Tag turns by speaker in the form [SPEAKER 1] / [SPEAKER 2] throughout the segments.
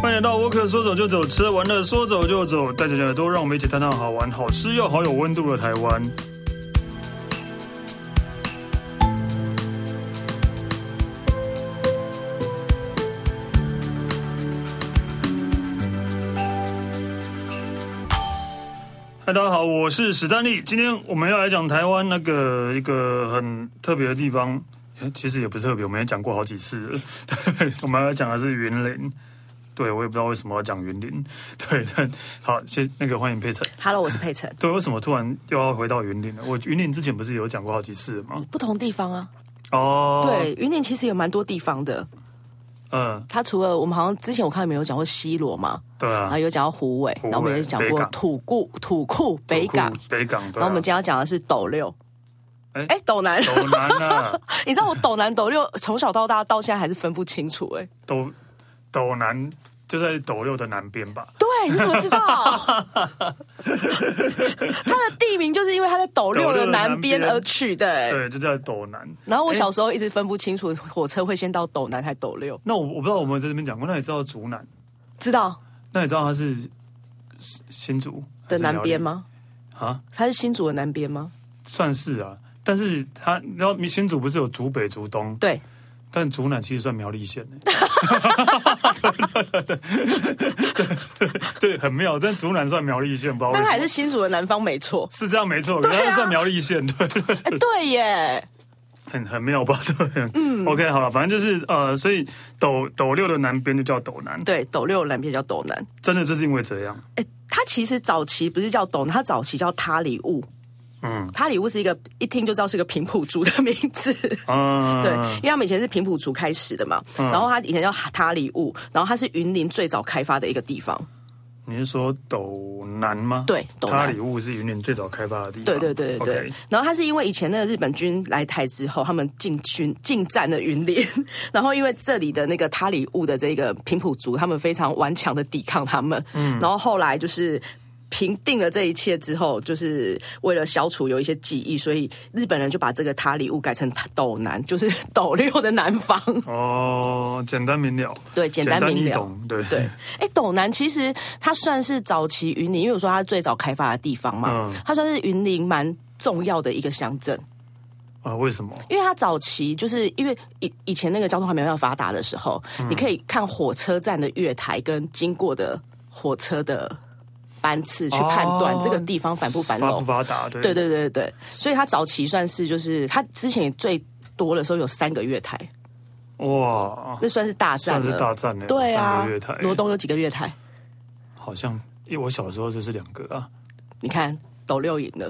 [SPEAKER 1] 欢迎来到沃克，说走就走，吃完了说走就走，带着你的耳朵，让我们一起探探好玩、好吃又好有温度的台湾。嗨，大家好，我是史丹利。今天我们要来讲台湾那个一个很特别的地方，诶其实也不是特别，我们也讲过好几次 了。对我们要讲的是云林。对，我也不知道为什么要讲云林。对，但好，先那个欢迎佩晨。
[SPEAKER 2] Hello，我是佩晨。
[SPEAKER 1] 对，为什么突然又要回到云林呢？我云林之前不是有讲过好几次吗？
[SPEAKER 2] 不同地方啊，
[SPEAKER 1] 哦，，
[SPEAKER 2] 对，云林其实有蛮多地方的。
[SPEAKER 1] 嗯，
[SPEAKER 2] 它除了我们好像之前我看你们有讲过西螺嘛，
[SPEAKER 1] 对啊，
[SPEAKER 2] 然后有讲到虎尾，
[SPEAKER 1] 尾
[SPEAKER 2] 然后我们也讲
[SPEAKER 1] 北
[SPEAKER 2] 过
[SPEAKER 1] 港
[SPEAKER 2] 土库、土库、北港，
[SPEAKER 1] 土库北港，对啊、
[SPEAKER 2] 然后我们今天要讲的是斗六。
[SPEAKER 1] 哎
[SPEAKER 2] 哎，斗南，
[SPEAKER 1] 斗南啊，
[SPEAKER 2] 你知道我斗南斗六从小到大到现在还是分不清楚哎。
[SPEAKER 1] 斗斗南就在斗六的南边吧？
[SPEAKER 2] 对，你怎么知道？ 它的地名就是因为它在斗六
[SPEAKER 1] 斗六
[SPEAKER 2] 的
[SPEAKER 1] 的南
[SPEAKER 2] 南边
[SPEAKER 1] 边
[SPEAKER 2] 而取的哎。
[SPEAKER 1] 对，就在斗南。
[SPEAKER 2] 然后我小时候一直分不清楚火车会先到斗南还斗六，
[SPEAKER 1] 那我我不知道我们在这边讲过，那你知道竹南？
[SPEAKER 2] 知道
[SPEAKER 1] 那你知道它是新新竹
[SPEAKER 2] 的南边
[SPEAKER 1] 吗？
[SPEAKER 2] 吗？
[SPEAKER 1] 啊，
[SPEAKER 2] 它是新竹的南边吗？
[SPEAKER 1] 算是啊，但是它你知道新竹不是有竹北、竹东，
[SPEAKER 2] 对，
[SPEAKER 1] 但竹南其实算苗栗县欸的。对对，很妙，但竹南算苗栗县，不知道为
[SPEAKER 2] 但
[SPEAKER 1] 什
[SPEAKER 2] 它还
[SPEAKER 1] 么。
[SPEAKER 2] 是啊新竹的南方没 错。
[SPEAKER 1] 是这样没错，可是它算苗栗县，对，
[SPEAKER 2] 哎，对耶，
[SPEAKER 1] 很很妙吧？对，嗯，OK，好了，反正就是呃，所以斗斗六的南边就叫斗南，
[SPEAKER 2] 对，斗六的南边叫斗南。
[SPEAKER 1] 真的就是因为这样，
[SPEAKER 2] 哎，它其实早期不是叫斗南，它早期叫他里物。
[SPEAKER 1] 嗯
[SPEAKER 2] 他里物是一个一听就知道是个平埔族的名字，
[SPEAKER 1] 嗯，
[SPEAKER 2] 对，因为他们以前是平埔族开始的嘛。然后它以前叫他里物，然后它是云林最早开发的一个地方。
[SPEAKER 1] 你是说斗南吗？
[SPEAKER 2] 对斗
[SPEAKER 1] 它
[SPEAKER 2] 南
[SPEAKER 1] 礼物是云林最早开发的地方。
[SPEAKER 2] 对对对对对。
[SPEAKER 1] OK
[SPEAKER 2] 然后他是因为以前那个日本军来台之后，他们进军进占了云林， 然后因为这里的那个塔里物的这个平埔族，他们非常顽强的抵抗他们，嗯，然后后来就是。平定了这一切之后，就是为了消除有一些记忆，所以日本人就把这个塔里物改成斗南，就是斗六的南方。
[SPEAKER 1] 哦，简单明了，
[SPEAKER 2] 对简单明了
[SPEAKER 1] 易懂，对
[SPEAKER 2] 对，哎，斗南其实它算是早期云林，因为我说它最早开发的地方嘛，
[SPEAKER 1] 嗯
[SPEAKER 2] 它算是云林蛮重要的一个乡镇。
[SPEAKER 1] 啊，为什么？
[SPEAKER 2] 因为它早期就是因为以以前那个交通还没有那么发达的时候，
[SPEAKER 1] 嗯
[SPEAKER 2] 你可以看火车站的月台跟经过的火车的班次去判断
[SPEAKER 1] 哦
[SPEAKER 2] 这个地方繁不繁
[SPEAKER 1] 发
[SPEAKER 2] 荣
[SPEAKER 1] 不。发达？对
[SPEAKER 2] 对对对对对，所以它早期算是就是它之前最多的时候有三个月台，
[SPEAKER 1] 哇，
[SPEAKER 2] 那算是大
[SPEAKER 1] 算
[SPEAKER 2] 战了。
[SPEAKER 1] 是大战呢。
[SPEAKER 2] 对
[SPEAKER 1] 三
[SPEAKER 2] 啊
[SPEAKER 1] 个月台，，
[SPEAKER 2] 罗东有几个月台？
[SPEAKER 1] 好像，因为我小时候就是两个啊，
[SPEAKER 2] 你看斗六赢了，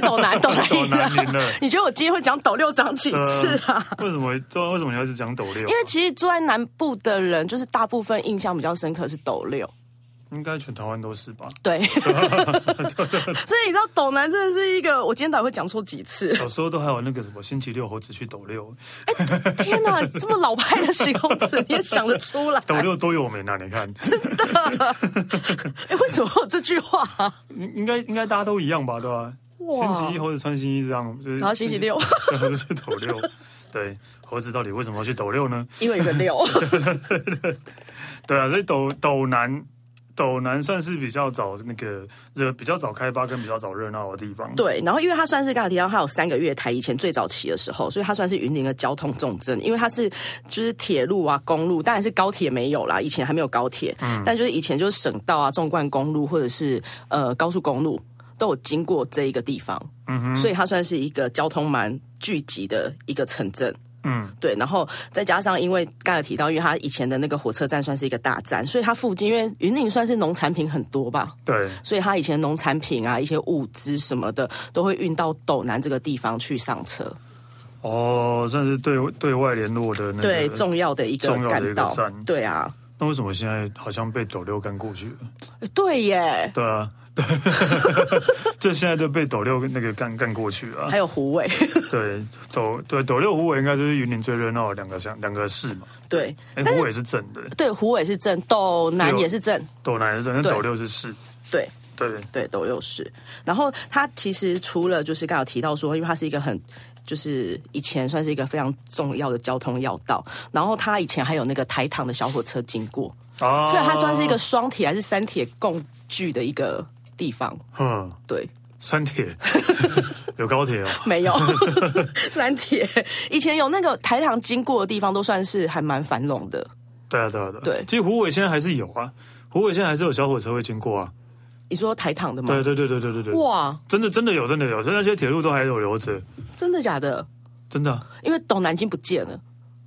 [SPEAKER 2] 斗南斗南赢
[SPEAKER 1] 斗南赢了嗯
[SPEAKER 2] 了。你觉得我今天会讲斗六讲几次啊？
[SPEAKER 1] 为什么？对啊为什么你要一直讲斗六啊？
[SPEAKER 2] 因为其实住在南部的人，就是大部分印象比较深刻是斗六。
[SPEAKER 1] 应该全台湾都是吧。
[SPEAKER 2] 对， 所以你知道斗南真的是一个，我今天到底会讲错几次？
[SPEAKER 1] 小时候都还有那个什么星期六猴子去斗六，
[SPEAKER 2] 天哪，这么老派的形容词你也想得出来？
[SPEAKER 1] 斗六多有名啊！你 看，
[SPEAKER 2] 哎，为什么会有这句话啊、
[SPEAKER 1] 应应该应该大家都一样吧，对吧？
[SPEAKER 2] 哇
[SPEAKER 1] 星期一猴子穿新衣这样，就是
[SPEAKER 2] 然后星期六
[SPEAKER 1] 对猴子去斗六。对，猴子到底为什么要去斗六呢？
[SPEAKER 2] 因为有个六，
[SPEAKER 1] 对啊，所以斗斗南斗南算是比较早那个热比较早开发跟比较早热闹的地方。
[SPEAKER 2] 对。然后因为它算是刚才提到，它有三个月台以前最早期的时候，所以它算是云林的交通重镇，因为它是就是铁路啊、公路，当然是高铁没有啦，以前还没有高铁，但就是以前就是省道啊、纵贯公路或者是呃高速公路都有经过这一个地方。所以它算是一个交通蛮聚集的一个城镇。
[SPEAKER 1] 嗯，
[SPEAKER 2] 对，然后再加上，因为刚才提到，因为它以前的那个火车站算是一个大站，所以它附近因为云岭算是农产品很多吧，
[SPEAKER 1] 对，
[SPEAKER 2] 所以它以前农产品啊、一些物资什么的都会运到斗南这个地方去上车，
[SPEAKER 1] 哦，算是对对外联络的那个。
[SPEAKER 2] 对，重要的一个
[SPEAKER 1] 重要的一个
[SPEAKER 2] 干道
[SPEAKER 1] 站，
[SPEAKER 2] 对啊，
[SPEAKER 1] 那为什么现在好像被斗六干过去了？
[SPEAKER 2] 对耶，
[SPEAKER 1] 对啊，对， 就现在就被斗六那个干干过去了啊。
[SPEAKER 2] 还有虎尾，
[SPEAKER 1] 对，斗对斗六湖尾应该就是云林最热闹的两个乡两个市嘛。
[SPEAKER 2] 对
[SPEAKER 1] 哎，湖尾是镇的，
[SPEAKER 2] 对，虎尾是镇，斗南
[SPEAKER 1] 有
[SPEAKER 2] 也是镇，
[SPEAKER 1] 斗南是镇，但
[SPEAKER 2] 对
[SPEAKER 1] 斗六是市。
[SPEAKER 2] 对。
[SPEAKER 1] 对，
[SPEAKER 2] 对，斗六是。然后它其实除了就是刚有提到说，因为它是一个很就是以前算是一个非常重要的交通要道，然后它以前还有那个台糖的小火车经过，
[SPEAKER 1] 啊，
[SPEAKER 2] 所以它算是一个双铁还是三铁共聚的一个地方。
[SPEAKER 1] 嗯，
[SPEAKER 2] 对，
[SPEAKER 1] 三 铁有高铁哦，
[SPEAKER 2] 没有 三铁，以前有那个台糖经过的地方都算是还蛮繁荣的。
[SPEAKER 1] 对啊对啊对啊，
[SPEAKER 2] 对
[SPEAKER 1] 其实虎尾现在还是有啊，虎尾现在还是有小火车会经过啊，
[SPEAKER 2] 你说台糖的吗？
[SPEAKER 1] 对对对对对对对，
[SPEAKER 2] 嗯哇，
[SPEAKER 1] 真的真的有真的有，所以那些铁路都还有留着，
[SPEAKER 2] 真的假的？
[SPEAKER 1] 真的啊、
[SPEAKER 2] 因为董南京不见了，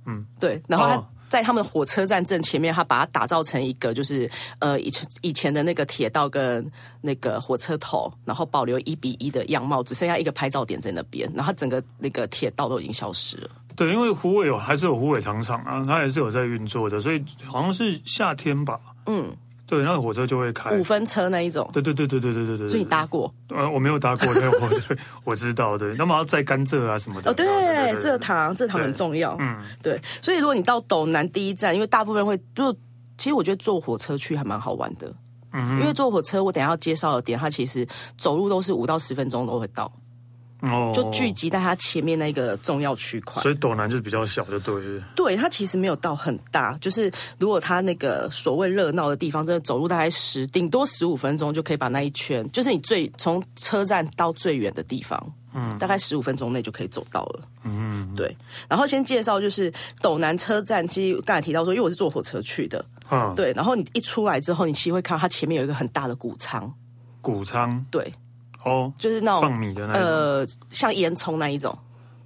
[SPEAKER 2] 嗯，对，然后他
[SPEAKER 1] 哦
[SPEAKER 2] 在他们火车站正前面，他把它打造成一个就是呃以前以前的那个铁道跟那个火车头，然后保留一比一的样貌，只剩下一个拍照点在那边，然后它整个那个铁道都已经消失了。
[SPEAKER 1] 对，因为虎尾有还是有虎尾糖厂啊，它也是有在运作的，所以好像是夏天吧，
[SPEAKER 2] 嗯，
[SPEAKER 1] 对，那个火车就会开。
[SPEAKER 2] 五分车那一种，
[SPEAKER 1] 对对对对对对对对，
[SPEAKER 2] 所以你搭过
[SPEAKER 1] 呃，我没有搭过，但我 对我知道，对，那么要摘甘蔗啊什么的。
[SPEAKER 2] 哦，对，蔗糖蔗糖很重要，嗯，对，所以如果你到斗南第一站，因为大部分会就其实我觉得坐火车去还蛮好玩的。因为坐火车，我等一下要介绍的点，它其实走路都是五到十分钟都会到，
[SPEAKER 1] 哦，
[SPEAKER 2] 就聚集在它前面那个重要区块。
[SPEAKER 1] 所以斗南就比较小，就对了。
[SPEAKER 2] 对，它其实没有到很大，就是如果它那个所谓热闹的地方，真的走路大概十，顶多十五分钟就可以把那一圈，就是你最从车站到最远的地方，嗯，大概十五分钟内就可以走到了，嗯，对。然后先介绍就是斗南车站，其实刚才提到说，因为我是坐火车去的，
[SPEAKER 1] 嗯，
[SPEAKER 2] 对。然后你一出来之后，你其实会看到它前面有一个很大的谷仓，
[SPEAKER 1] 谷仓
[SPEAKER 2] 对，
[SPEAKER 1] 哦，
[SPEAKER 2] 就是那
[SPEAKER 1] 放
[SPEAKER 2] 种
[SPEAKER 1] 米的那一种。
[SPEAKER 2] 呃像烟囱那一种。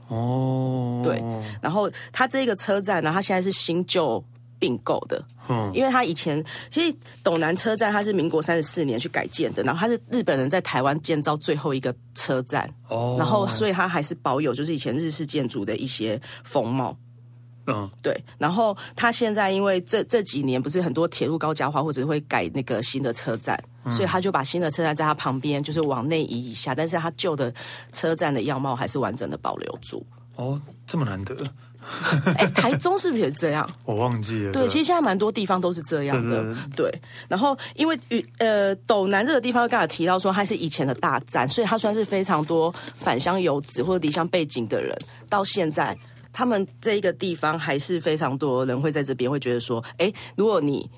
[SPEAKER 1] 哦，
[SPEAKER 2] 对，然后它这个车站呢，它现在是新旧并购的，
[SPEAKER 1] 嗯，
[SPEAKER 2] 因为它以前其实斗南车站它是民国三十四年去改建的，然后它是日本人在台湾建造最后一个车站，
[SPEAKER 1] 哦，
[SPEAKER 2] 然后所以它还是保有就是以前日式建筑的一些风貌。
[SPEAKER 1] 嗯，
[SPEAKER 2] 对，然后它现在因为这这几年不是很多铁路高架化，或者会改那个新的车站，所以他就把新的车站在它旁边就是往内移一下，但是它旧的车站的样貌还是完整的保留住。
[SPEAKER 1] 哦，这么难得，
[SPEAKER 2] 哎，台中是不是也这样？
[SPEAKER 1] 我忘记了。
[SPEAKER 2] 对，其实现在蛮多地方都是这样的。
[SPEAKER 1] 对
[SPEAKER 2] 对然后因为与呃斗南这个地方，刚才有提到说它是以前的大站，所以它算是非常多返乡游子或者离乡背景的人，到现在他们这一个地方还是非常多人会在这边会觉得说，哎，如果你。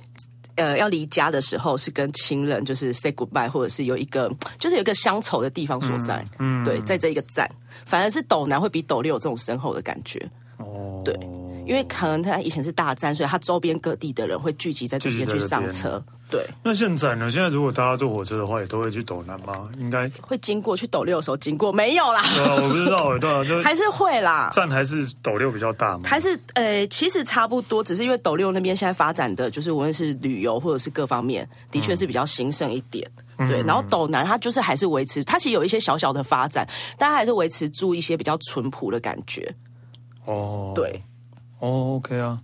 [SPEAKER 2] 呃，要离家的时候是跟亲人就是 say goodbye，或者是有一个就是有一个乡愁的地方所在，嗯，对，在这一个站，反而是斗南会比斗六有这种深厚的感觉，
[SPEAKER 1] 哦，
[SPEAKER 2] 对因为可能它以前是大站，所以它周边各地的人会聚集在这边
[SPEAKER 1] 聚集
[SPEAKER 2] 去
[SPEAKER 1] 在这边
[SPEAKER 2] 上车，对，
[SPEAKER 1] 那现在呢？现在如果大家坐火车的话，也都会去斗南吗？应该，
[SPEAKER 2] 会经过去斗六的时候经过，没有啦，
[SPEAKER 1] 对啊，我不知道，对啊，就
[SPEAKER 2] 还是会啦。
[SPEAKER 1] 站还是斗六比较大嘛。
[SPEAKER 2] 还是呃，其实差不多，只是因为斗六那边现在发展的，就是无论是旅游或者是各方面，的确是比较兴盛一点。
[SPEAKER 1] 嗯
[SPEAKER 2] 对，然后斗南它就是还是维持，它其实有一些小小的发展，但它还是维持住一些比较淳朴的感觉。
[SPEAKER 1] 哦，
[SPEAKER 2] 对，
[SPEAKER 1] 哦，OK 啊。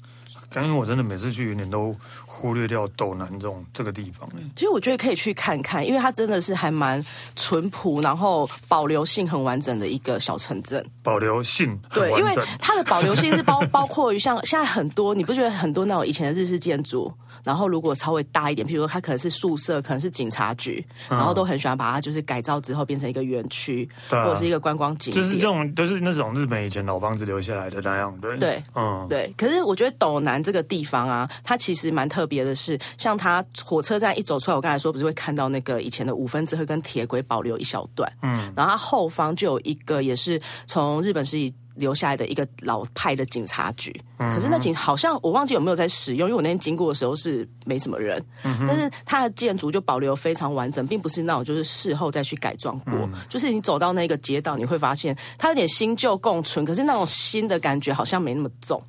[SPEAKER 1] 刚刚我真的每次去云林都忽略掉斗南这种这个地方，欸
[SPEAKER 2] 其实我觉得可以去看看，因为它真的是还蛮淳朴，然后保留性很完整的一个小城镇。
[SPEAKER 1] 保留性 很
[SPEAKER 2] 对，因
[SPEAKER 1] 完
[SPEAKER 2] 为
[SPEAKER 1] 整。
[SPEAKER 2] 它的保留性是 包包括于像现在很多，你不觉得很多那种以前的日式建筑，然后如果稍微大一点，譬如说它可能是宿舍，可能是警察局，然后都很喜欢把它就是改造之后变成一个园区、
[SPEAKER 1] 对啊
[SPEAKER 2] 或者是一个观光景点。
[SPEAKER 1] 就是这种，就是那种日本以前老房子留下来的那样，对，
[SPEAKER 2] 对，
[SPEAKER 1] 嗯，
[SPEAKER 2] 对，可是我觉得斗南这个地方啊，它其实蛮特别的是，像它火车站一走出来，我刚才说不是会看到那个以前的五分之和跟铁轨保留一小段，嗯，然后它后方就有一个也是从日本时期留下来的一个老派的警察局，可是那警好像我忘记有没有在使用，因为我那天经过的时候是没什么人，但是它的建筑就保留非常完整，并不是那种就是事后再去改装过，就是你走到那个街道，你会发现它有点新旧共存，可是那种新的感觉好像没那么重。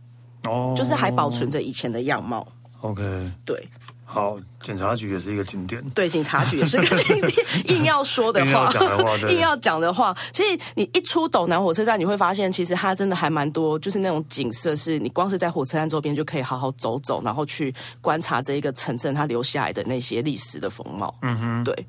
[SPEAKER 1] 哦，
[SPEAKER 2] 就是还保存着以前的样貌。
[SPEAKER 1] OK。
[SPEAKER 2] 对
[SPEAKER 1] 好，警察局也是一个景点，
[SPEAKER 2] 对，警察局也是个 经典。 硬要说的
[SPEAKER 1] 硬要
[SPEAKER 2] 话
[SPEAKER 1] 讲的话，对
[SPEAKER 2] 硬要讲的话，其实你一出斗南火车站，你会发现其实它真的还蛮多，就是那种景色，是你光是在火车站周边就可以好好走走，然后去观察这一个城镇它留下来的那些历史的风貌。嗯哼，对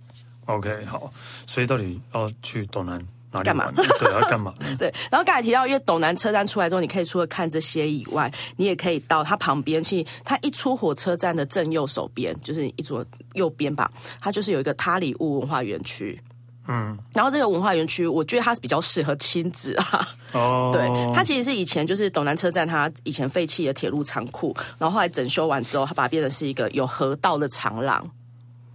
[SPEAKER 1] OK，好，所以到底要去斗南哪里
[SPEAKER 2] 干嘛
[SPEAKER 1] 玩？对，要干 嘛？
[SPEAKER 2] 对。然后刚才提到，因为斗南车站出来之后，你可以除了看这些以外，你也可以到它旁边去。它一出火车站的正右手边，就是一左右边吧，它就是有一个塔里乌文化园区。
[SPEAKER 1] 嗯，
[SPEAKER 2] 然后这个文化园区，我觉得它是比较适合亲子啊。
[SPEAKER 1] 哦，
[SPEAKER 2] 对，它其实是以前就是斗南车站，它以前废弃的铁路仓库，然后后来整修完之后，它把它变成是一个有河道的长廊。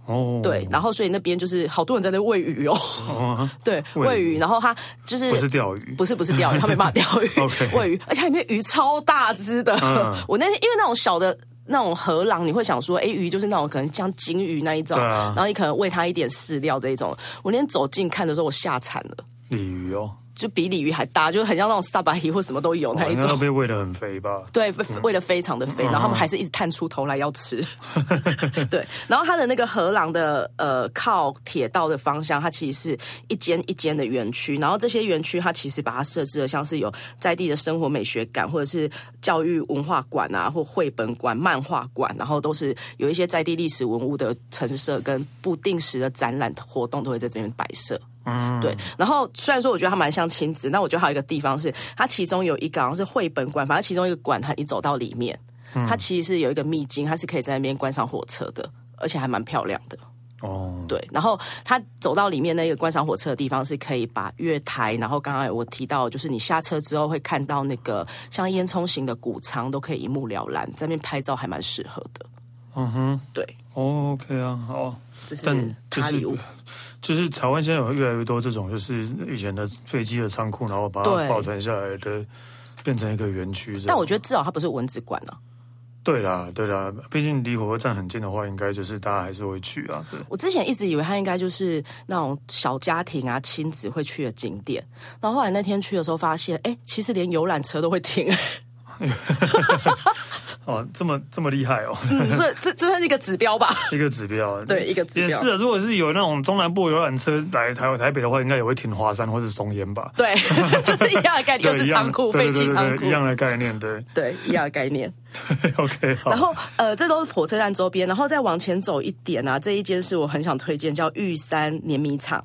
[SPEAKER 1] 哦，
[SPEAKER 2] 对，然后所以那边就是好多人在那喂鱼哦，
[SPEAKER 1] 哦，
[SPEAKER 2] 对，
[SPEAKER 1] 喂
[SPEAKER 2] 喂鱼，然后它就是
[SPEAKER 1] 不是钓鱼，
[SPEAKER 2] 不是不是钓鱼，他没办法钓鱼
[SPEAKER 1] OK
[SPEAKER 2] 喂鱼，而且它里面鱼超大只的。
[SPEAKER 1] 嗯
[SPEAKER 2] 我那天因为那种小的。那种河狼，你会想说，哎、鱼就是那种可能像金鱼那一种，
[SPEAKER 1] 对啊
[SPEAKER 2] 然后你可能喂它一点饲料这一种。我那天走近看的时候，我吓惨了，
[SPEAKER 1] 鲤鱼哦，
[SPEAKER 2] 就比鲤鱼还大，就很像那种萨巴鱼或什么都有那
[SPEAKER 1] 哇
[SPEAKER 2] 一
[SPEAKER 1] 应该
[SPEAKER 2] 种。
[SPEAKER 1] 都被喂得很肥吧？
[SPEAKER 2] 对，喂的非常的肥，然后他们还是一直探出头来要吃。 对，然后它的那个河廊的呃靠铁道的方向，它其实是一间一间的园区，然后这些园区它其实把它设置的像是有在地的生活美学感，或者是教育文化馆啊，或绘本馆、漫画馆，然后都是有一些在地历史文物的陈设跟不定时的展览活动都会在这边摆设。
[SPEAKER 1] 嗯
[SPEAKER 2] 对，然后虽然说我觉得它蛮像亲子，那我觉得还有一个地方是，它其中有一个好像是绘本馆，反正其中一个馆，它你走到里面，
[SPEAKER 1] 嗯
[SPEAKER 2] 它其实是有一个秘境，它是可以在那边观赏火车的，而且还蛮漂亮的。
[SPEAKER 1] 哦，
[SPEAKER 2] 对，然后它走到里面那个观赏火车的地方，是可以把月台，然后刚刚我提到，就是你下车之后会看到那个像烟囱型的谷仓，都可以一目了然，在那边拍照还蛮适合的。
[SPEAKER 1] 嗯哼，
[SPEAKER 2] 对，
[SPEAKER 1] 哦，OK 啊，好啊。
[SPEAKER 2] 这是
[SPEAKER 1] 但就
[SPEAKER 2] 塔里乌
[SPEAKER 1] 是。就是台湾现在有越来越多这种，就是以前的飞机的仓库，然后把它
[SPEAKER 2] 对
[SPEAKER 1] 保存下来的，变成一个园区这样。
[SPEAKER 2] 但我觉得至少它不是蚊子馆啊。
[SPEAKER 1] 对啦，对啦，毕竟离火车站很近的话，应该就是大家还是会去啊。对，
[SPEAKER 2] 我之前一直以为它应该就是那种小家庭啊、亲子会去的景点，然后后来那天去的时候发现，哎、其实连游览车都会停，
[SPEAKER 1] 哦，这么这么厉害哦，
[SPEAKER 2] 嗯，所以这这算是一个指标吧？
[SPEAKER 1] 一个指标。
[SPEAKER 2] 对，。一个指
[SPEAKER 1] 也
[SPEAKER 2] 标
[SPEAKER 1] 是。啊，如果是有那种中南部游览车来台台北的话，应该也会停华山或是松烟吧？
[SPEAKER 2] 对， 就是一样的概念，
[SPEAKER 1] 对，
[SPEAKER 2] 又是
[SPEAKER 1] 一样
[SPEAKER 2] 仓库、
[SPEAKER 1] 对对
[SPEAKER 2] 废
[SPEAKER 1] 对
[SPEAKER 2] 弃
[SPEAKER 1] 对
[SPEAKER 2] 仓
[SPEAKER 1] 对
[SPEAKER 2] 库
[SPEAKER 1] 一，样的概念， 对
[SPEAKER 2] 对，一样的概念。
[SPEAKER 1] ，OK，好。
[SPEAKER 2] 然后呃，这都是火车站周边，然后再往前走一点啊，这一间是我很想推荐，叫玉山碾米厂，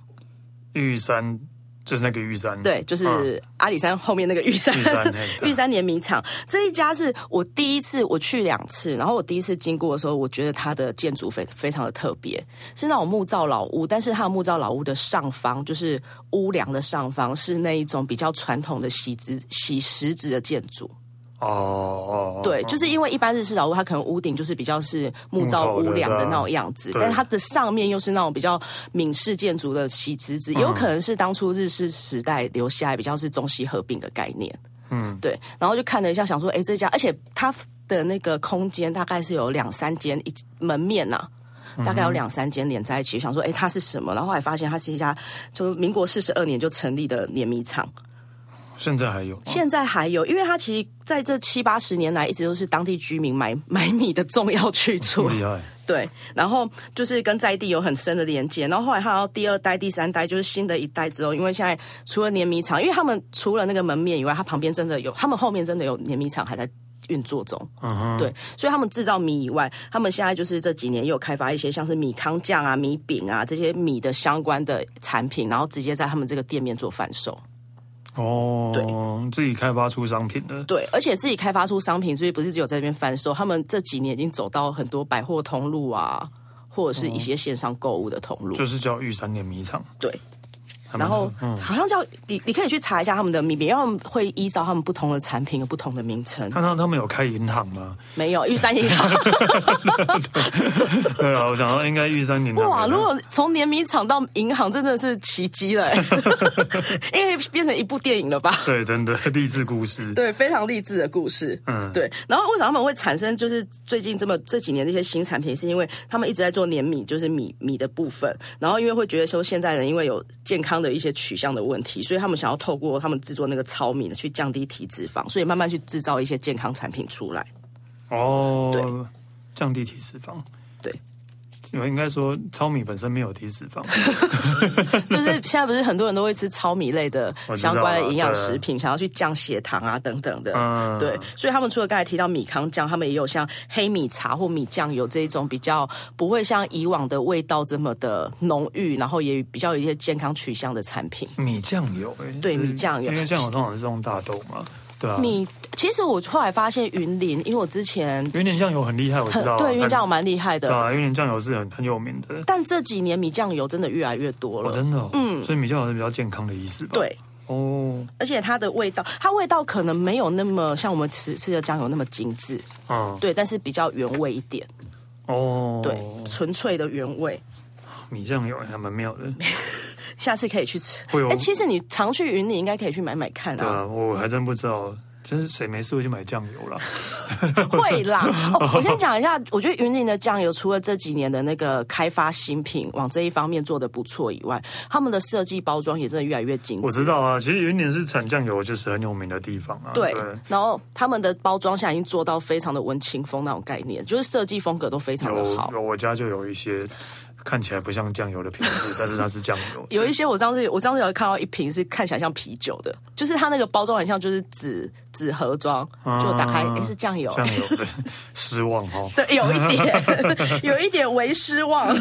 [SPEAKER 1] 玉山就是那个玉山，嗯
[SPEAKER 2] 对，就是阿里山后面那个玉山
[SPEAKER 1] 玉山嘿，对
[SPEAKER 2] 玉山联名厂这一家是我第一次我去两次，然后我第一次经过的时候，我觉得它的建筑非非常的特别，是那种木造老屋，但是它的木造老屋的上方就是屋梁的上方是那一种比较传统的洗子洗石子的建筑，
[SPEAKER 1] 哦哦，哦
[SPEAKER 2] 对，就是因为一般日式老屋，它可能屋顶就是比较是木造屋梁的那种样子，
[SPEAKER 1] 木头的对
[SPEAKER 2] 但是它的上面又是那种比较闽式建筑的喜直子，也
[SPEAKER 1] 嗯
[SPEAKER 2] 有可能是当初日式时代留下来比较是中西合并的概念。嗯，对，然后就看了一下，想说，哎，这家，而且它的那个空间大概是有两三间一门面呐、
[SPEAKER 1] 嗯
[SPEAKER 2] 大概有两三间连在一起，想说，哎，它是什么？然后后来发现它是一家，就民国四十二年就成立的碾米厂，
[SPEAKER 1] 现在还有吗，
[SPEAKER 2] 现在还有，因为它其实在这七八十年来，一直都是当地居民买买米的重要去
[SPEAKER 1] 这
[SPEAKER 2] 处
[SPEAKER 1] 么。厉害，
[SPEAKER 2] 对，然后就是跟在地有很深的连接。然后后来它到第二代、第三代，就是新的一代之后，因为现在除了碾米厂，因为他们除了那个门面以外，它旁边真的有，他们后面真的有碾米厂还在运作中。
[SPEAKER 1] 嗯哼，
[SPEAKER 2] 对，所以他们制造米以外，他们现在就是这几年也有开发一些像是米糠酱啊、米饼啊这些米的相关的产品，然后直接在他们这个店面做贩售。
[SPEAKER 1] 哦，自己开发出商品的，
[SPEAKER 2] 对，而且自己开发出商品，所以不是只有在这边贩售，他们这几年已经走到很多百货通路啊，或者是一些线上购物的通路。
[SPEAKER 1] 就是叫玉山碾米厂，
[SPEAKER 2] 对，
[SPEAKER 1] 还蛮
[SPEAKER 2] 然后
[SPEAKER 1] 好
[SPEAKER 2] 好像叫你，你可以去查一下他们的名片，因为他们会依照他们不同的产品有不同的名称。
[SPEAKER 1] 看到他们有开银行 吗？
[SPEAKER 2] 没有玉山银行
[SPEAKER 1] 对啊，我想到应该玉山银行。
[SPEAKER 2] 哇！如果从碾米厂到银行，真的是奇迹了、欸， 因为变成一部电影了吧？
[SPEAKER 1] 对，真的 励志故事。
[SPEAKER 2] 对，非常励志的故事。
[SPEAKER 1] 嗯
[SPEAKER 2] 嗯，对。然后为什么他们会产生就是最近这么这几年的一些新产品，是因为他们一直在做碾米，就是米米的部分。然后因为会觉得说现在人因为有健康的一些取向的问题，所以他们想要透过他们制作那个糙米呢，去降低体脂肪，所以慢慢去制造一些健康产品出来。
[SPEAKER 1] 哦，降低体脂肪。
[SPEAKER 2] 对，
[SPEAKER 1] 我应该说糙米本身没有体脂肪。
[SPEAKER 2] 就是现在不是很多人都会吃糙米类的
[SPEAKER 1] 我知道
[SPEAKER 2] 相
[SPEAKER 1] 啊
[SPEAKER 2] 关的营养食品，想要去降血糖啊等等的。
[SPEAKER 1] 嗯
[SPEAKER 2] 对，所以他们除了刚才提到米糠酱，他们也有像黑米茶或米酱油这一种比较不会像以往的味道这么的浓郁，然后也比较有一些健康取向的产品。
[SPEAKER 1] 米酱油、哎，
[SPEAKER 2] 对
[SPEAKER 1] 就是
[SPEAKER 2] 米酱油
[SPEAKER 1] 因为酱油通常是用大豆嘛，对啊，
[SPEAKER 2] 米其实我后来发现云林，因为我之前
[SPEAKER 1] 云林酱油很厉害，我知
[SPEAKER 2] 很
[SPEAKER 1] 道啊。
[SPEAKER 2] 对云林酱油
[SPEAKER 1] 油，
[SPEAKER 2] 蛮厉害
[SPEAKER 1] 对
[SPEAKER 2] 的，
[SPEAKER 1] 啊，云林酱油是很很有名的。
[SPEAKER 2] 但这几年米酱油真的越来越多
[SPEAKER 1] 我
[SPEAKER 2] 了。
[SPEAKER 1] 真的，嗯，所以米酱油是比较健康的意思吧？，
[SPEAKER 2] 对，
[SPEAKER 1] 哦，
[SPEAKER 2] 而且它的味道，它味道可能没有那么像我们吃吃的酱油那么精致，
[SPEAKER 1] 嗯，
[SPEAKER 2] 对，但是比较原味一点，
[SPEAKER 1] 哦，
[SPEAKER 2] 对，纯粹的原味。
[SPEAKER 1] 米酱油还蛮妙的。
[SPEAKER 2] 下次可以去吃。
[SPEAKER 1] 会有哦
[SPEAKER 2] 哎，其实你常去云，你应该可以去买买看
[SPEAKER 1] 对
[SPEAKER 2] 啊。
[SPEAKER 1] 啊，我还真不知道，就是谁没事会去买酱油啦？啊
[SPEAKER 2] 会啦。哦，我先讲一下，我觉得云林的酱油除了这几年的那个开发新品往这一方面做的不错以外，他们的设计包装也真的越来越精
[SPEAKER 1] 我
[SPEAKER 2] 致。
[SPEAKER 1] 知道啊，其实云林是产酱油就是很有名的地方啊。
[SPEAKER 2] 对，然后他们的包装现在已经做到非常的文青风那种概念，就是设计风格都非常的
[SPEAKER 1] 有
[SPEAKER 2] 好。
[SPEAKER 1] 有，我家就有一些看起来不像酱油的瓶子，但是它是酱油。
[SPEAKER 2] 有一些我上次我上次有看到一瓶是看起来像啤酒的，就是它那个包装很像就是纸纸盒装，就打开
[SPEAKER 1] 嗯
[SPEAKER 2] 诶是酱油，
[SPEAKER 1] 酱油对，失望哦。
[SPEAKER 2] 对，有一点， 有一点为失望。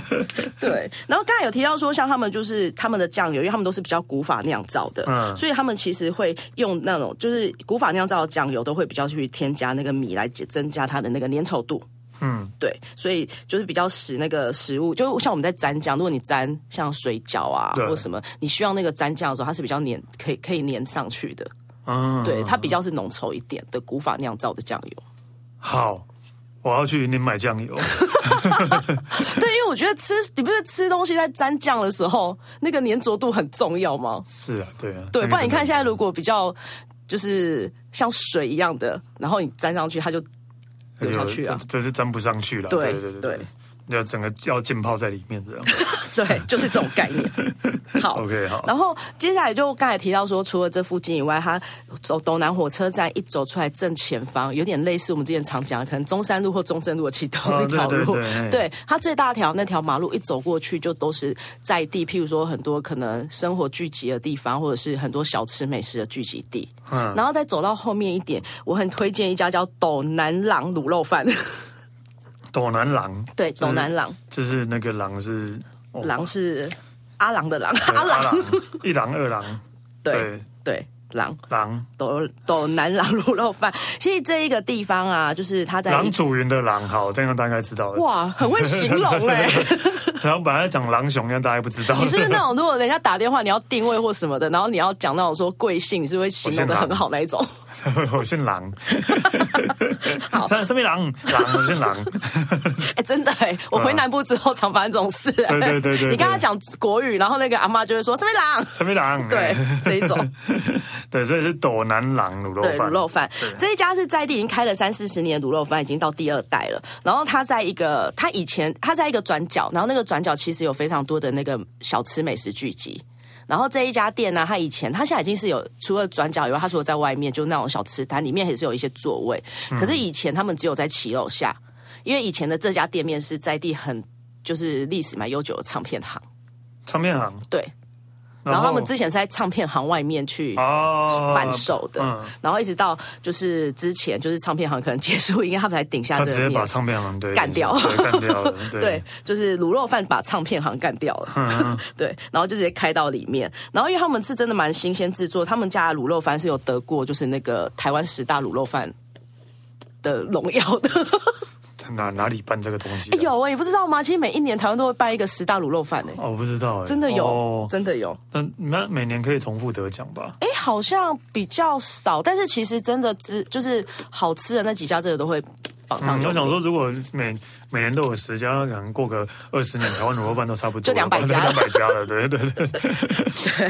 [SPEAKER 2] 对，然后刚才有提到说，像他们就是他们的酱油，因为他们都是比较古法酿造的，
[SPEAKER 1] 嗯
[SPEAKER 2] 所以他们其实会用那种就是古法酿造的酱油，都会比较去添加那个米来增加它的那个粘稠度。
[SPEAKER 1] 嗯，
[SPEAKER 2] 对，所以就是比较使那个食物，就像我们在蘸酱，如果你蘸像水饺啊
[SPEAKER 1] 对
[SPEAKER 2] 或什么，你需要那个蘸酱的时候，它是比较粘，可以可以粘上去的。
[SPEAKER 1] 嗯，
[SPEAKER 2] 对，它比较是浓稠一点的古法酿造的酱油。
[SPEAKER 1] 好，我要去云林买酱油。
[SPEAKER 2] 对，因为我觉得吃，你不是吃东西在沾酱的时候，那个粘着度很重要吗？
[SPEAKER 1] 是啊，对啊。
[SPEAKER 2] 对，不然你看现在如
[SPEAKER 1] 果
[SPEAKER 2] 果比较就是像水一样的，然后你沾上去，它就流下去啊，
[SPEAKER 1] 这是沾不上去了。
[SPEAKER 2] 对
[SPEAKER 1] 对对
[SPEAKER 2] 对
[SPEAKER 1] 对，要整个要浸泡在里面这样。
[SPEAKER 2] 对，就是这种概念。好
[SPEAKER 1] OK，好。
[SPEAKER 2] 然后接下来就刚才提到说，除了这附近以外，它走斗南火车站一走出来正前方，有点类似我们之前常讲的，可能中山路或中正路的起头
[SPEAKER 1] 哦
[SPEAKER 2] 那条
[SPEAKER 1] 对对
[SPEAKER 2] 路。
[SPEAKER 1] 对
[SPEAKER 2] 它最大条那条马路一走过去，就都是在地，譬如说很多可能生活聚集的地方，或者是很多小吃美食的聚集地。
[SPEAKER 1] 嗯
[SPEAKER 2] 然后再走到后面一点，我很推荐一家叫斗南郎卤肉饭。
[SPEAKER 1] 斗南郎，
[SPEAKER 2] 对，斗南郎，
[SPEAKER 1] 就是那个郎 是哦
[SPEAKER 2] 郎是阿郎的郎，
[SPEAKER 1] 对
[SPEAKER 2] 阿郎，
[SPEAKER 1] 一郎二郎，
[SPEAKER 2] 对对，郎。
[SPEAKER 1] 郎
[SPEAKER 2] 斗斗南狼卤肉饭。其实这一个地方啊，就是它在
[SPEAKER 1] 郎楚云的郎，好，这样大概知道了。
[SPEAKER 2] 哇，很会形 容哎、
[SPEAKER 1] 然后本来讲狼熊，让大家不知道。
[SPEAKER 2] 你是不是那种如果人家打电话你要定位或什么的，然后你要讲那种说贵姓，你是不是会形容的很好那一种？
[SPEAKER 1] 我姓狼，
[SPEAKER 2] 好
[SPEAKER 1] 上面狼狼，我姓狼，
[SPEAKER 2] 哎、真的哎、我回南部之后常发生这种事、哎
[SPEAKER 1] 啊对对对对
[SPEAKER 2] 你跟他讲国语，然后那个阿妈就会说什么狼。
[SPEAKER 1] 上面狼，
[SPEAKER 2] 对，这一种
[SPEAKER 1] 对，所以是斗南狼卤肉
[SPEAKER 2] 对卤
[SPEAKER 1] 饭，
[SPEAKER 2] 肉饭，这一家是在地已经开了三四十年的卤肉饭，已经到第二代了。然后它在一个，它以前它在一个转角，然后那个转角其实有非常多的那个小吃美食聚集。然后这一家店呢、它以前它现在已经是有除了转角以外，它除了在外面就那种小吃摊，里面也是有一些座位。可是以前他们只有在骑楼下，因为以前的这家店面是在地很就是历史蛮悠久的唱片行，
[SPEAKER 1] 唱片行，
[SPEAKER 2] 对。然后他们之前是在唱片行外面去
[SPEAKER 1] 哦
[SPEAKER 2] 贩售的，
[SPEAKER 1] 嗯
[SPEAKER 2] 然后一直到就是之前就是唱片行可能结束营业，他们才顶下
[SPEAKER 1] 他
[SPEAKER 2] 啊这
[SPEAKER 1] 直
[SPEAKER 2] 个
[SPEAKER 1] 接把
[SPEAKER 2] 面。
[SPEAKER 1] 唱片行对
[SPEAKER 2] 干掉
[SPEAKER 1] 对干掉了，
[SPEAKER 2] 对
[SPEAKER 1] 对，，嗯
[SPEAKER 2] 就是卤肉饭把唱片行干掉了，对，然后就直接开到里面。然后因为他们是真的蛮新鲜制作，他们家的卤肉饭是有得过就是那个台湾十大卤肉饭的荣耀的。
[SPEAKER 1] 哪哪里办这个东西
[SPEAKER 2] 哎
[SPEAKER 1] 啊？
[SPEAKER 2] 有哎、你不知道吗？其实每一年台湾都会办一个十大卤肉饭哎、
[SPEAKER 1] 哦，我不知道，哎
[SPEAKER 2] 真的有，
[SPEAKER 1] 哦
[SPEAKER 2] 真的有。
[SPEAKER 1] 但那每年可以重复得奖吧？
[SPEAKER 2] 哎，好像比较少，但是其实真的只就是好吃的那几家，真的都会榜上
[SPEAKER 1] 嗯，
[SPEAKER 2] 有
[SPEAKER 1] 我
[SPEAKER 2] 名。
[SPEAKER 1] 想说，如果每每年都有十家，可能过个二十年，台湾卤肉饭都差不多
[SPEAKER 2] 就200 家
[SPEAKER 1] 两百家了，对对 对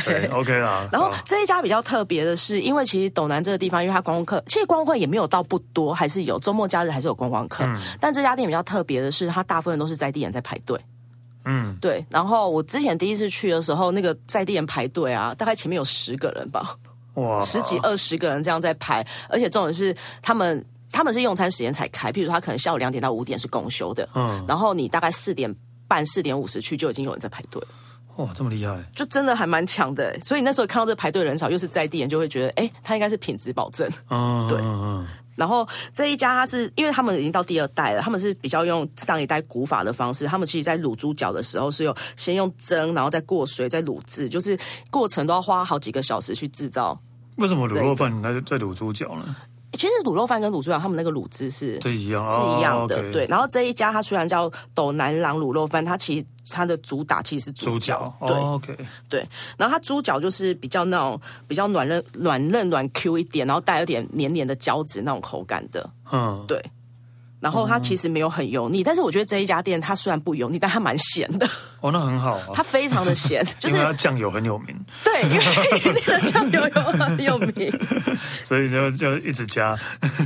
[SPEAKER 1] 对，OK 啦。
[SPEAKER 2] 然后
[SPEAKER 1] 好
[SPEAKER 2] 这一家比较特别的是，因为其实斗南这个地方，因为它观光客，其实观光客也没有到不多，还是有周末假日还是有观光客。但这家店比较特别的是，它大部分都是在地人在排队。
[SPEAKER 1] 嗯，
[SPEAKER 2] 对。然后我之前第一次去的时候，那个在地人排队啊，大概前面有十个人吧，
[SPEAKER 1] 哇，
[SPEAKER 2] 十几二十个人这样在排，而且重点是他们。他们是用餐时间才开，譬如说他可能下午两点到五点是公休的，
[SPEAKER 1] 嗯
[SPEAKER 2] 然后你大概四点半、四点五十去就已经有人在排队了，
[SPEAKER 1] 哇，这么厉害，
[SPEAKER 2] 就真的还蛮强的欸。所以那时候看到这排队人少，又是在地人，就会觉得，哎、他应该是品质保证。
[SPEAKER 1] 嗯，
[SPEAKER 2] 对
[SPEAKER 1] 嗯
[SPEAKER 2] 然后这一家他是因为他们已经到第二代了，他们是比较用上一代古法的方式，他们其实在卤猪脚的时候是有先用蒸，然后再过水，再卤制，就是过程都要花好几个小时去制造
[SPEAKER 1] 为什么卤肉饭它在卤猪脚呢？
[SPEAKER 2] 其实卤肉饭跟卤猪脚他们那个卤汁是
[SPEAKER 1] 这一样，
[SPEAKER 2] 是一样的，
[SPEAKER 1] 哦，OK
[SPEAKER 2] 对。，然后这一家它虽然叫斗南郎卤肉饭，它其实它的主打其实是
[SPEAKER 1] 猪
[SPEAKER 2] 猪
[SPEAKER 1] 脚
[SPEAKER 2] 脚，，
[SPEAKER 1] 哦
[SPEAKER 2] 对、
[SPEAKER 1] ，OK，
[SPEAKER 2] 对。然后它猪脚就是比较那种比较软嫩、软嫩、软 Q 一点，然后带有点黏黏的胶质那种口感的，
[SPEAKER 1] 嗯，
[SPEAKER 2] 对。然后
[SPEAKER 1] 哦
[SPEAKER 2] 它其实没有很油腻，但是我觉得这一家店它虽然不油腻，但它蛮咸 的，
[SPEAKER 1] 哦，那很好啊
[SPEAKER 2] 它，非常的咸， 就
[SPEAKER 1] 因
[SPEAKER 2] 是
[SPEAKER 1] 为它酱油很有名，
[SPEAKER 2] 对， 因为那个酱油有很有名，
[SPEAKER 1] 所以就就一直加，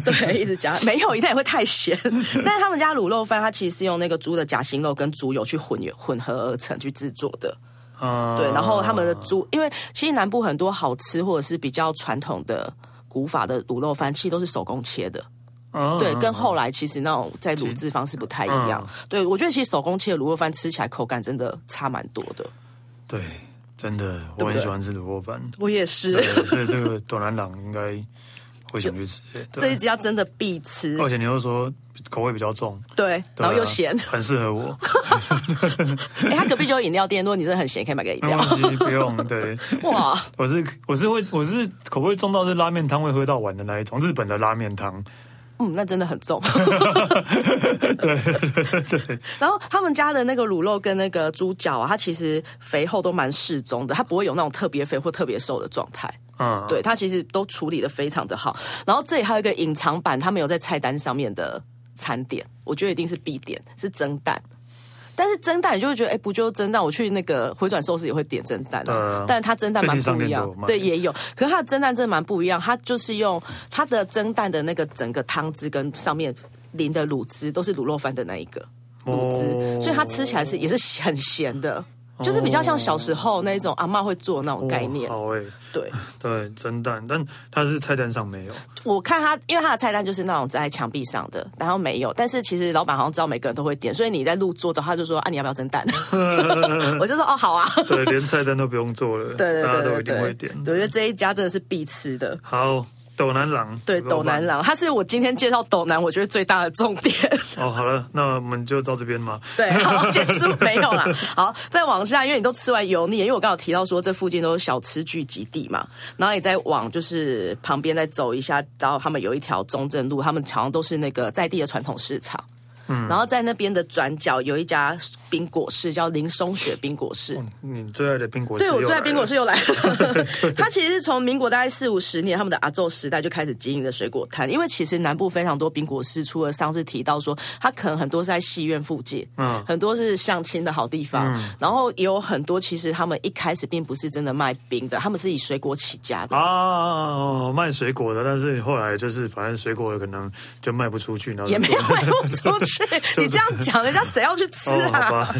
[SPEAKER 2] 对，一直加没有，一定也会太 咸。但是他们家卤肉饭，它其实是用那个猪的夹心肉跟猪油去混混合而成去制作的。
[SPEAKER 1] 嗯，
[SPEAKER 2] 对，然后他们的猪，因为其实南部很多好吃或者是比较传统的古法的卤肉饭，其实都是手工切的。
[SPEAKER 1] 嗯嗯
[SPEAKER 2] 对，跟后来其实那种在卤制方式不太一样。对，我觉得其实手工切的卤肉饭吃起来口感真的差蛮多的。
[SPEAKER 1] 对，真的，我很喜欢吃卤肉饭，
[SPEAKER 2] 我也是，
[SPEAKER 1] 对所以这个短蓝狼应该会想去吃，
[SPEAKER 2] 这
[SPEAKER 1] 对
[SPEAKER 2] 一家真的必吃。
[SPEAKER 1] 而且你又说口味比较重，
[SPEAKER 2] 对，
[SPEAKER 1] 对
[SPEAKER 2] 然
[SPEAKER 1] 啊
[SPEAKER 2] 后又咸。
[SPEAKER 1] 很适合我，
[SPEAKER 2] 哎、他隔壁就有饮料店，如果你真的很咸，可以买个饮
[SPEAKER 1] 没
[SPEAKER 2] 料
[SPEAKER 1] 关。系，不用，对。
[SPEAKER 2] 哇，
[SPEAKER 1] 我是我是会我是口味重到是拉面汤会喝到完的那一种，日本的拉面汤。
[SPEAKER 2] 嗯，那真的很 重。对然后他们家的那个卤肉跟那个猪脚啊，它其实肥厚都蛮适中的，它不会有那种特别肥或特别瘦的状态。
[SPEAKER 1] 嗯，
[SPEAKER 2] 对，它其实都处理的非常的好。然后这里还有一个隐藏版，他们有在菜单上面的餐点，我觉得一定是必点，是蒸蛋。但是蒸蛋，你就会觉得，哎、不就蒸蛋？我去那个回转寿司也会点蒸蛋、
[SPEAKER 1] 对啊
[SPEAKER 2] 但它蒸蛋蛮不
[SPEAKER 1] 便
[SPEAKER 2] 一
[SPEAKER 1] 利商店
[SPEAKER 2] 样
[SPEAKER 1] 都有卖，
[SPEAKER 2] 对，也有。可是它的蒸蛋真的蛮不一样，它就是用它的蒸蛋的那个整个汤汁跟上面淋的卤汁都是卤肉饭的那一个卤汁，
[SPEAKER 1] 哦
[SPEAKER 2] 所以它吃起来是也是很咸的，就是比较像小时候那种阿嬷会做的那种概念。
[SPEAKER 1] 哦好诶、
[SPEAKER 2] 对，
[SPEAKER 1] 对，蒸蛋，但它是菜单上没有。
[SPEAKER 2] 我看他，因为他的菜单就是那种在墙壁上的，然后没有，但是其实老板好像知道每个人都会点，所以你在入座的话，他就说啊，你要不要蒸蛋？ 我就说哦，好啊。
[SPEAKER 1] 对，连菜单都不用做了，
[SPEAKER 2] 对对
[SPEAKER 1] 大家都
[SPEAKER 2] 对
[SPEAKER 1] 一定
[SPEAKER 2] 对
[SPEAKER 1] 会
[SPEAKER 2] 对
[SPEAKER 1] 点，。
[SPEAKER 2] 对我觉得这一家真的是必吃的。
[SPEAKER 1] 好，斗南郎，
[SPEAKER 2] 对，
[SPEAKER 1] 卤肉
[SPEAKER 2] 斗
[SPEAKER 1] 饭
[SPEAKER 2] 南。郎，他是我今天介绍斗南，我觉得最大的重点。
[SPEAKER 1] 哦，好了，那我们就到这边嘛。
[SPEAKER 2] 对，好，结束没有啦。好，再往下，因为你都吃完油腻，因为我刚好提到说这附近都是小吃聚集地嘛，然后你再往就是旁边再走一下，然后他们有一条中正路，他们好像都是那个在地的传统市场。嗯，然后在那边的转角有一家冰果室，叫林松雪冰果室。
[SPEAKER 1] 你最爱的冰果是
[SPEAKER 2] 对，我
[SPEAKER 1] 又
[SPEAKER 2] 最爱
[SPEAKER 1] 来
[SPEAKER 2] 冰果
[SPEAKER 1] 了
[SPEAKER 2] 室又来 了。 它其实是从民国大概四五十年他们的阿昼时代就开始经营的水果摊，因为其实南部非常多冰果室，除了上次提到说，它可能很多是在戏院附近，
[SPEAKER 1] 嗯
[SPEAKER 2] 嗯，很多是相亲的好地方，然后也有很多其实他们一开始并不是真的卖冰的，他们是以水果起家的。
[SPEAKER 1] 啊、哦卖水果的，但是后来就是反正水果可能就卖不出去，然后就
[SPEAKER 2] 也没有卖不出 去，你这样讲，人家谁要去吃
[SPEAKER 1] 哦，好
[SPEAKER 2] 啊？
[SPEAKER 1] 吧，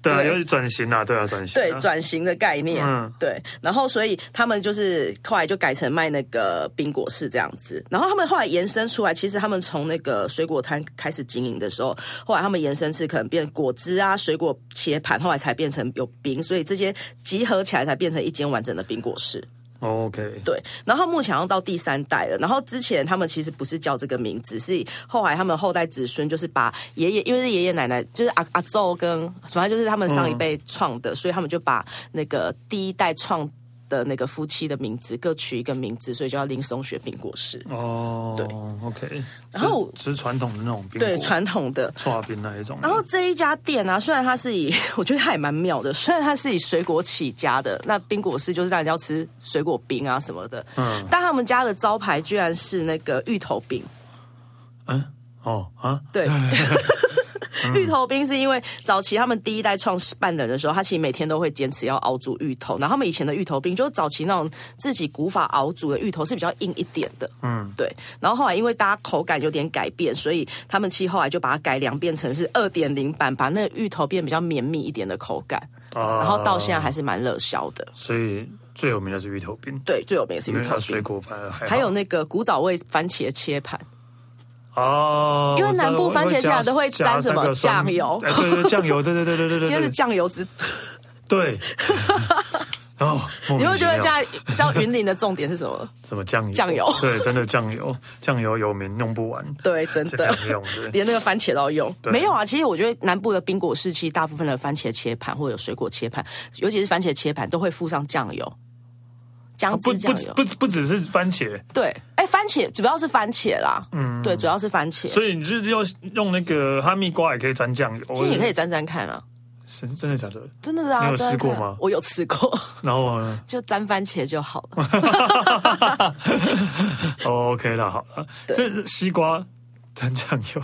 [SPEAKER 1] 对啊，
[SPEAKER 2] 对
[SPEAKER 1] 要转型啊，对啊，转型、啊，
[SPEAKER 2] 对，转型的概念，
[SPEAKER 1] 嗯
[SPEAKER 2] 对。然后所以他们就是后来就改成卖那个冰果室这样子。然后他们后来延伸出来，其实他们从那个水果摊开始经营的时候，后来他们延伸是可能变果汁啊、水果切盘，后来才变成有冰，所以这些集合起来才变成一间完整的冰果室。
[SPEAKER 1] OK，
[SPEAKER 2] 对，然后目前好像到第三代了。然后之前他们其实不是叫这个名字，是后来他们后代子孙就是把爷爷，因为是爷爷奶奶，就是阿阿昼跟反正就是他们上一辈创的，所以他们就把那个第一代创的那个夫妻的名字各取一个名字，所以就叫林松雪冰果室。
[SPEAKER 1] 哦，
[SPEAKER 2] 对
[SPEAKER 1] ，OK，
[SPEAKER 2] 然后
[SPEAKER 1] 吃传统的那种冰果，
[SPEAKER 2] 对，传统的。
[SPEAKER 1] 串冰那一种，
[SPEAKER 2] 然后这一家店啊，虽然它是以，我觉得它也蛮妙的，虽然它是以水果起家的，那冰果室就是大家要吃水果冰啊什么的，
[SPEAKER 1] 嗯
[SPEAKER 2] 但他们家的招牌居然是那个芋头冰。
[SPEAKER 1] 嗯哦啊，
[SPEAKER 2] 对。 芋头冰是因为早期他们第一代创始办人的时候，他其实每天都会坚持要熬煮芋头。然后他们以前的芋头冰就是早期那种自己古法熬煮的芋头是比较硬一点的，嗯，对。然后后来因为大家口感有点改变，所以他们其实后来就把它改良变成是二点零版，把那个芋头变比较绵密一点的口感。
[SPEAKER 1] 啊
[SPEAKER 2] 然后到现在还是蛮热销的。
[SPEAKER 1] 所以最有名的是芋头冰，
[SPEAKER 2] 对，最有名的是
[SPEAKER 1] 因
[SPEAKER 2] 芋
[SPEAKER 1] 为
[SPEAKER 2] 头
[SPEAKER 1] 它水
[SPEAKER 2] 冰。
[SPEAKER 1] 果盘还好
[SPEAKER 2] 还有那个古早味番茄切盘，
[SPEAKER 1] 哦，
[SPEAKER 2] 因为南部
[SPEAKER 1] 我知道
[SPEAKER 2] 番茄酱都会
[SPEAKER 1] 加
[SPEAKER 2] 沾什么
[SPEAKER 1] 加那个酸
[SPEAKER 2] 酱油
[SPEAKER 1] 哎，对对酱油，对对对对对
[SPEAKER 2] 今天是
[SPEAKER 1] 对对，
[SPEAKER 2] 酱油汁，
[SPEAKER 1] 对。哦，
[SPEAKER 2] 你
[SPEAKER 1] 你
[SPEAKER 2] 会觉得加像云林的重点是什么？
[SPEAKER 1] 什么酱油？
[SPEAKER 2] 酱油
[SPEAKER 1] 对，真的酱油，酱油有名用不完，
[SPEAKER 2] 对， 真
[SPEAKER 1] 尽
[SPEAKER 2] 的
[SPEAKER 1] 量。用对。
[SPEAKER 2] 连那个番茄都要用，
[SPEAKER 1] 对
[SPEAKER 2] 没有啊。其实我觉得南部的冰果市其实大部分的番茄切盘或者有水果切盘，尤其是番茄切盘都会附上酱油，姜
[SPEAKER 1] 啊不
[SPEAKER 2] 汁
[SPEAKER 1] 不
[SPEAKER 2] 酱油。
[SPEAKER 1] 不不只是番茄，
[SPEAKER 2] 对，哎，番茄主要是番茄啦，嗯，对，主要是番茄，
[SPEAKER 1] 所以你就是要用那个哈密瓜也可以沾酱油。
[SPEAKER 2] 其实也可以沾沾看啊，
[SPEAKER 1] 是真的假的？
[SPEAKER 2] 真的啊，
[SPEAKER 1] 你有
[SPEAKER 2] 沾沾
[SPEAKER 1] 吃过
[SPEAKER 2] 看啊
[SPEAKER 1] 吗
[SPEAKER 2] 我有吃过，
[SPEAKER 1] 然后呢？
[SPEAKER 2] 就沾番茄就好 了。
[SPEAKER 1] 哦 OK 啦，好了，这西瓜沾酱油。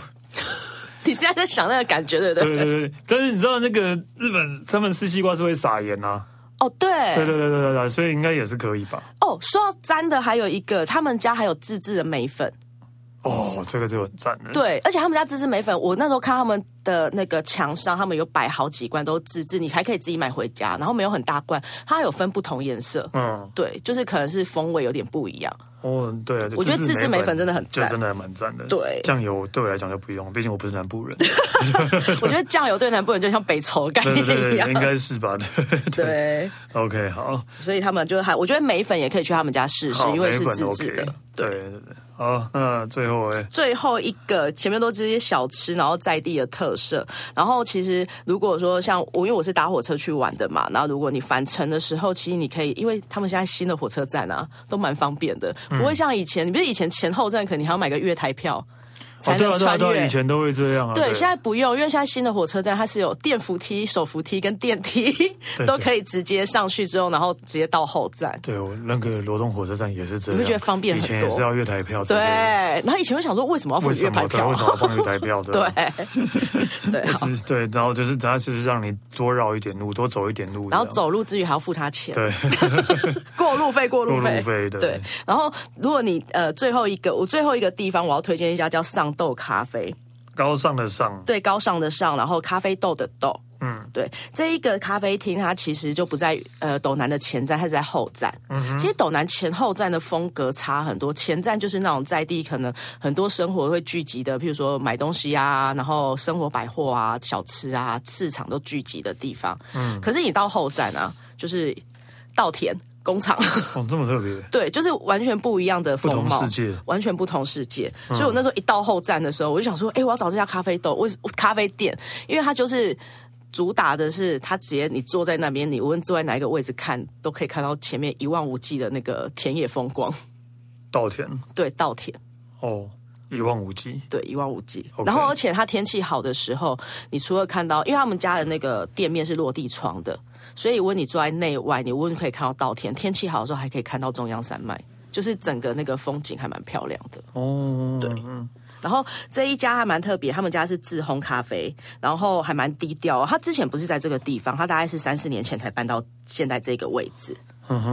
[SPEAKER 2] 你现在在想那个感觉，对不对？
[SPEAKER 1] 对对对，但是你知道那个日本他们吃西瓜是会撒盐啊，
[SPEAKER 2] 哦，对，
[SPEAKER 1] 对对对对对对，所以应该也是可以吧？
[SPEAKER 2] 哦，说到沾的，还有一个，他们家还有自制的梅粉，
[SPEAKER 1] 哦，这个就很赞了。，
[SPEAKER 2] 对，而且他们家自制梅粉，我那时候看他们的那个墙上，他们有摆好几罐都自制，你还可以自己买回家，然后没有很大罐，它有分不同颜色。
[SPEAKER 1] 嗯，
[SPEAKER 2] 对，就是可能是风味有点不一样。
[SPEAKER 1] 哦，对，
[SPEAKER 2] 我觉得自制梅粉真的很
[SPEAKER 1] 就
[SPEAKER 2] 赞
[SPEAKER 1] 真的还蛮赞的。
[SPEAKER 2] 对
[SPEAKER 1] 酱油对我来讲就不用，毕竟我不是南部 人。
[SPEAKER 2] 我觉得酱油对南部人就像北仇概
[SPEAKER 1] 对对对
[SPEAKER 2] 念一
[SPEAKER 1] 对，
[SPEAKER 2] 样
[SPEAKER 1] 应。该是吧？对对
[SPEAKER 2] 对，
[SPEAKER 1] OK，好，
[SPEAKER 2] 所以他们就还，我觉得梅粉也可以去他们家试试，
[SPEAKER 1] 好，
[SPEAKER 2] 因为是
[SPEAKER 1] 梅粉
[SPEAKER 2] 自制的
[SPEAKER 1] OK，。对对对，好，那最后哎，
[SPEAKER 2] 最后一个，前面都这些小吃，然后在地的特色。然后其实如果说像我，因为我是搭火车去玩的嘛，然后如果你返程的时候，其实你可以，因为他们现在新的火车站啊，都蛮方便的，
[SPEAKER 1] 嗯
[SPEAKER 2] 不会像以前，你不是以前前后站可能你还要买个月台票才
[SPEAKER 1] 哦，对
[SPEAKER 2] 能
[SPEAKER 1] 啊对啊
[SPEAKER 2] 穿
[SPEAKER 1] 对
[SPEAKER 2] 越。
[SPEAKER 1] 啊，以前都会这样啊。
[SPEAKER 2] 对，现在不用，因为现在新的火车站它是有电扶梯、手扶梯跟电梯，
[SPEAKER 1] 对
[SPEAKER 2] 都可以直接上去之后，然后直接到后站。
[SPEAKER 1] 对我那个罗东火车站也是这样，
[SPEAKER 2] 你会觉得方便
[SPEAKER 1] 以
[SPEAKER 2] 很多
[SPEAKER 1] 前也是要月台票才可
[SPEAKER 2] 对，
[SPEAKER 1] 以，
[SPEAKER 2] 然后以前会想说为什么要付
[SPEAKER 1] 为什
[SPEAKER 2] 月
[SPEAKER 1] 么对？
[SPEAKER 2] 台票
[SPEAKER 1] 为？什么要放月台 票？
[SPEAKER 2] 对
[SPEAKER 1] 吧
[SPEAKER 2] 对，好。
[SPEAKER 1] 只是对，然后就是它就是让你多绕一点路，多走一点路这样，
[SPEAKER 2] 然后走路之余还要付他钱，
[SPEAKER 1] 对
[SPEAKER 2] 过路费，过路
[SPEAKER 1] 过
[SPEAKER 2] 费，
[SPEAKER 1] 路费对
[SPEAKER 2] 对。然后如果你呃最后一个，我最后一个地方我要推荐一家叫上豆咖啡，
[SPEAKER 1] 高尚的上，
[SPEAKER 2] 对，高尚的上，然后咖啡豆的豆。
[SPEAKER 1] 嗯，
[SPEAKER 2] 对，这一个咖啡厅它其实就不在呃斗南的前站，它是在后站。嗯、其实斗南前后站的风格差很多，前站就是那种在地可能很多生活会聚集的，譬如说买东西啊，然后生活百货啊、小吃啊、市场都聚集的地方。嗯，可是你到后站啊，就是稻田工厂。
[SPEAKER 1] 哦，这么特别，
[SPEAKER 2] 对，就是完全不一样的
[SPEAKER 1] 不
[SPEAKER 2] 风
[SPEAKER 1] 同
[SPEAKER 2] 貌，
[SPEAKER 1] 世界嗯
[SPEAKER 2] 完全不同世界。所以我那时候一到后站的时候，我就想说，哎、我要找这家咖啡豆，为咖啡店，因为它就是。主打的是，它直接你坐在那边，你无论坐在哪一个位置看，都可以看到前面一望无际的那个田野风光，
[SPEAKER 1] 稻田
[SPEAKER 2] 对，稻田，
[SPEAKER 1] 哦，一望无际，
[SPEAKER 2] 对，一望无际。
[SPEAKER 1] OK
[SPEAKER 2] 然后，而且它天气好的时候，你除了看到，因为他们家的那个店面是落地窗的，所以无论你坐在内外，你无论可以看到稻田，天气好的时候还可以看到中央山脉，就是整个那个风景还蛮漂亮的。
[SPEAKER 1] 哦，对，
[SPEAKER 2] 然后这一家还蛮特别，他们家是自烘咖啡，然后还蛮低调、哦。他之前不是在这个地方，他大概是三四年前才搬到现在这个位置。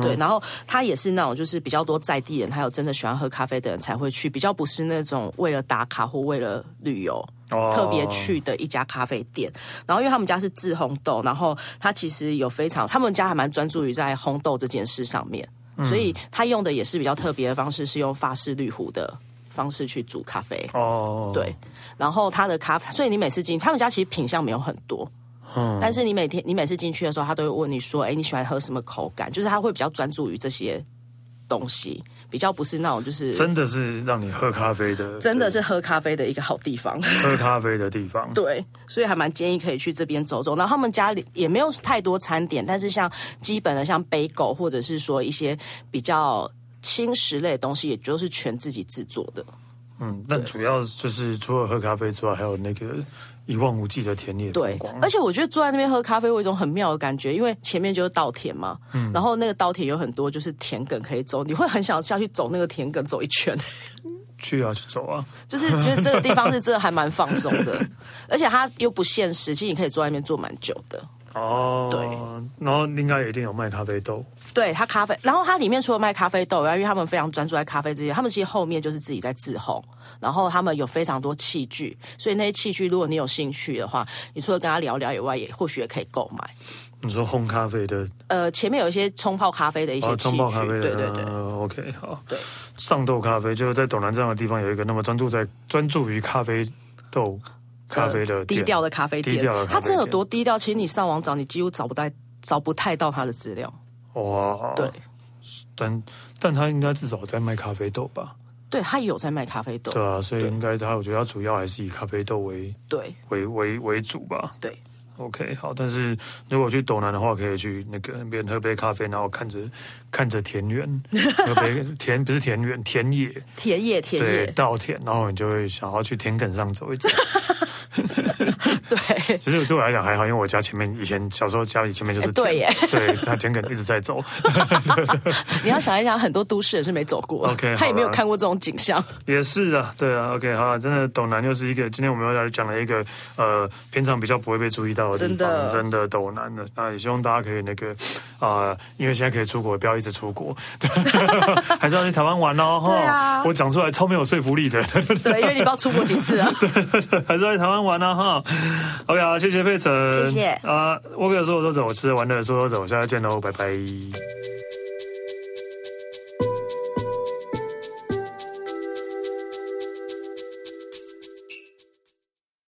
[SPEAKER 2] 对，然后他也是那种就是比较多在地人，还有真的喜欢喝咖啡的人才会去，比较不是那种为了打卡或为了旅游。
[SPEAKER 1] 哦
[SPEAKER 2] 特别去的一家咖啡店，然后因为他们家是自烘豆，然后他其实有非常，他们家还蛮专注于在烘豆这件事上面，所以他用的也是比较特别的方式，是用法式滤壶的方式去煮咖啡。
[SPEAKER 1] 哦，
[SPEAKER 2] 对，然后它的咖啡，所以你每次进他们家其实品相没有很多，
[SPEAKER 1] 嗯
[SPEAKER 2] 但是你每天你每次进去的时候，他都会问你说，哎，你喜欢喝什么口感？就是他会比较专注于这些东西，比较不是那种就是
[SPEAKER 1] 真的是让你喝咖啡的，
[SPEAKER 2] 真的是喝咖啡的一个好地方。
[SPEAKER 1] 喝咖啡的地方，
[SPEAKER 2] 对，所以还蛮建议可以去这边走走。然后他们家里也没有太多餐点，但是像基本的像杯狗或者是说一些比较轻食类的东西，也就是全自己制作的。
[SPEAKER 1] 嗯，但主要就是除了喝咖啡之外，还有那个一望无际的田野风
[SPEAKER 2] 对
[SPEAKER 1] 光，，
[SPEAKER 2] 而且我觉得坐在那边喝咖啡，我有一种很妙的感觉，因为前面就是稻田嘛，然后那个稻田有很多就是田埂可以走，你会很想下去走那个田埂 走一圈，
[SPEAKER 1] 去啊去走啊，
[SPEAKER 2] 就是觉得这个地方是真的还蛮放松的，而且它又不限时，其实你可以坐在那边坐蛮久的。
[SPEAKER 1] 哦，
[SPEAKER 2] 对，
[SPEAKER 1] 然后应该也一定有卖咖啡豆，
[SPEAKER 2] 对，它咖啡，然后它里面除了卖咖啡豆，然后因为他们非常专注在咖啡这些，他们其实后面就是自己在自烘，然后他们有非常多器具，所以那些器具如果你有兴趣的话，你除了跟他聊聊以外，也或许也可以购买。
[SPEAKER 1] 你说烘咖啡的
[SPEAKER 2] 呃，前面有一些冲泡咖啡的一些
[SPEAKER 1] 哦，
[SPEAKER 2] 器
[SPEAKER 1] 冲
[SPEAKER 2] 具，
[SPEAKER 1] 泡咖啡的，
[SPEAKER 2] 对对对，
[SPEAKER 1] 嗯 OK，好。
[SPEAKER 2] 对，
[SPEAKER 1] 上豆咖啡就是在斗南这样的地方有一个那么专注在专注于咖啡豆咖啡的
[SPEAKER 2] 低
[SPEAKER 1] 店
[SPEAKER 2] 调的咖啡店，
[SPEAKER 1] 低调的咖啡
[SPEAKER 2] 它真的有
[SPEAKER 1] 店
[SPEAKER 2] 多低调？其实你上网找，你几乎找不到找不太到它的资料。
[SPEAKER 1] 哇，
[SPEAKER 2] 对，
[SPEAKER 1] 但但他应该至少在卖咖啡豆吧？
[SPEAKER 2] 对，它也有在卖咖啡豆，
[SPEAKER 1] 对啊，所以
[SPEAKER 2] 哦对
[SPEAKER 1] 应该他我觉得他主要还是以咖啡豆为
[SPEAKER 2] 对
[SPEAKER 1] 为为为主吧。
[SPEAKER 2] 对
[SPEAKER 1] OK，好，但是如果去斗南的话，可以去那个那边喝杯咖啡，然后看着看着田园，喝 杯田不是田园，田野，
[SPEAKER 2] 田野田
[SPEAKER 1] 对，
[SPEAKER 2] 野，
[SPEAKER 1] 稻田，然后你就会想要去田埂上走一走。
[SPEAKER 2] 对。
[SPEAKER 1] 其实对我来讲还好，因为我家前面以前小时候家里前面就是
[SPEAKER 2] 哎
[SPEAKER 1] 田，
[SPEAKER 2] 对耶
[SPEAKER 1] 对，它田埂一直在走，
[SPEAKER 2] 你要想一想，很多都市人是没走过
[SPEAKER 1] OK，
[SPEAKER 2] 他也没有
[SPEAKER 1] 好啦
[SPEAKER 2] 看过这种景象。
[SPEAKER 1] 也是啊，对啊，OK，好了，真的斗南又是一个，今天我们要来讲了一个呃，平常比较不会被注意到的地
[SPEAKER 2] 真的
[SPEAKER 1] 方，真的斗南的。啊那也希望大家可以那个啊、呃因为现在可以出国，不要一直出国， 还是要去台湾玩哦。哈
[SPEAKER 2] 对啊
[SPEAKER 1] 我讲出来超没有说服力的，
[SPEAKER 2] 对，因为你不知道出国几次啊。
[SPEAKER 1] 还是要去台湾玩啊哈。OK 啊，谢谢费城，
[SPEAKER 2] 谢谢
[SPEAKER 1] 啊、我跟你说走就走，吃着玩的说走就走，下次见喽，拜拜。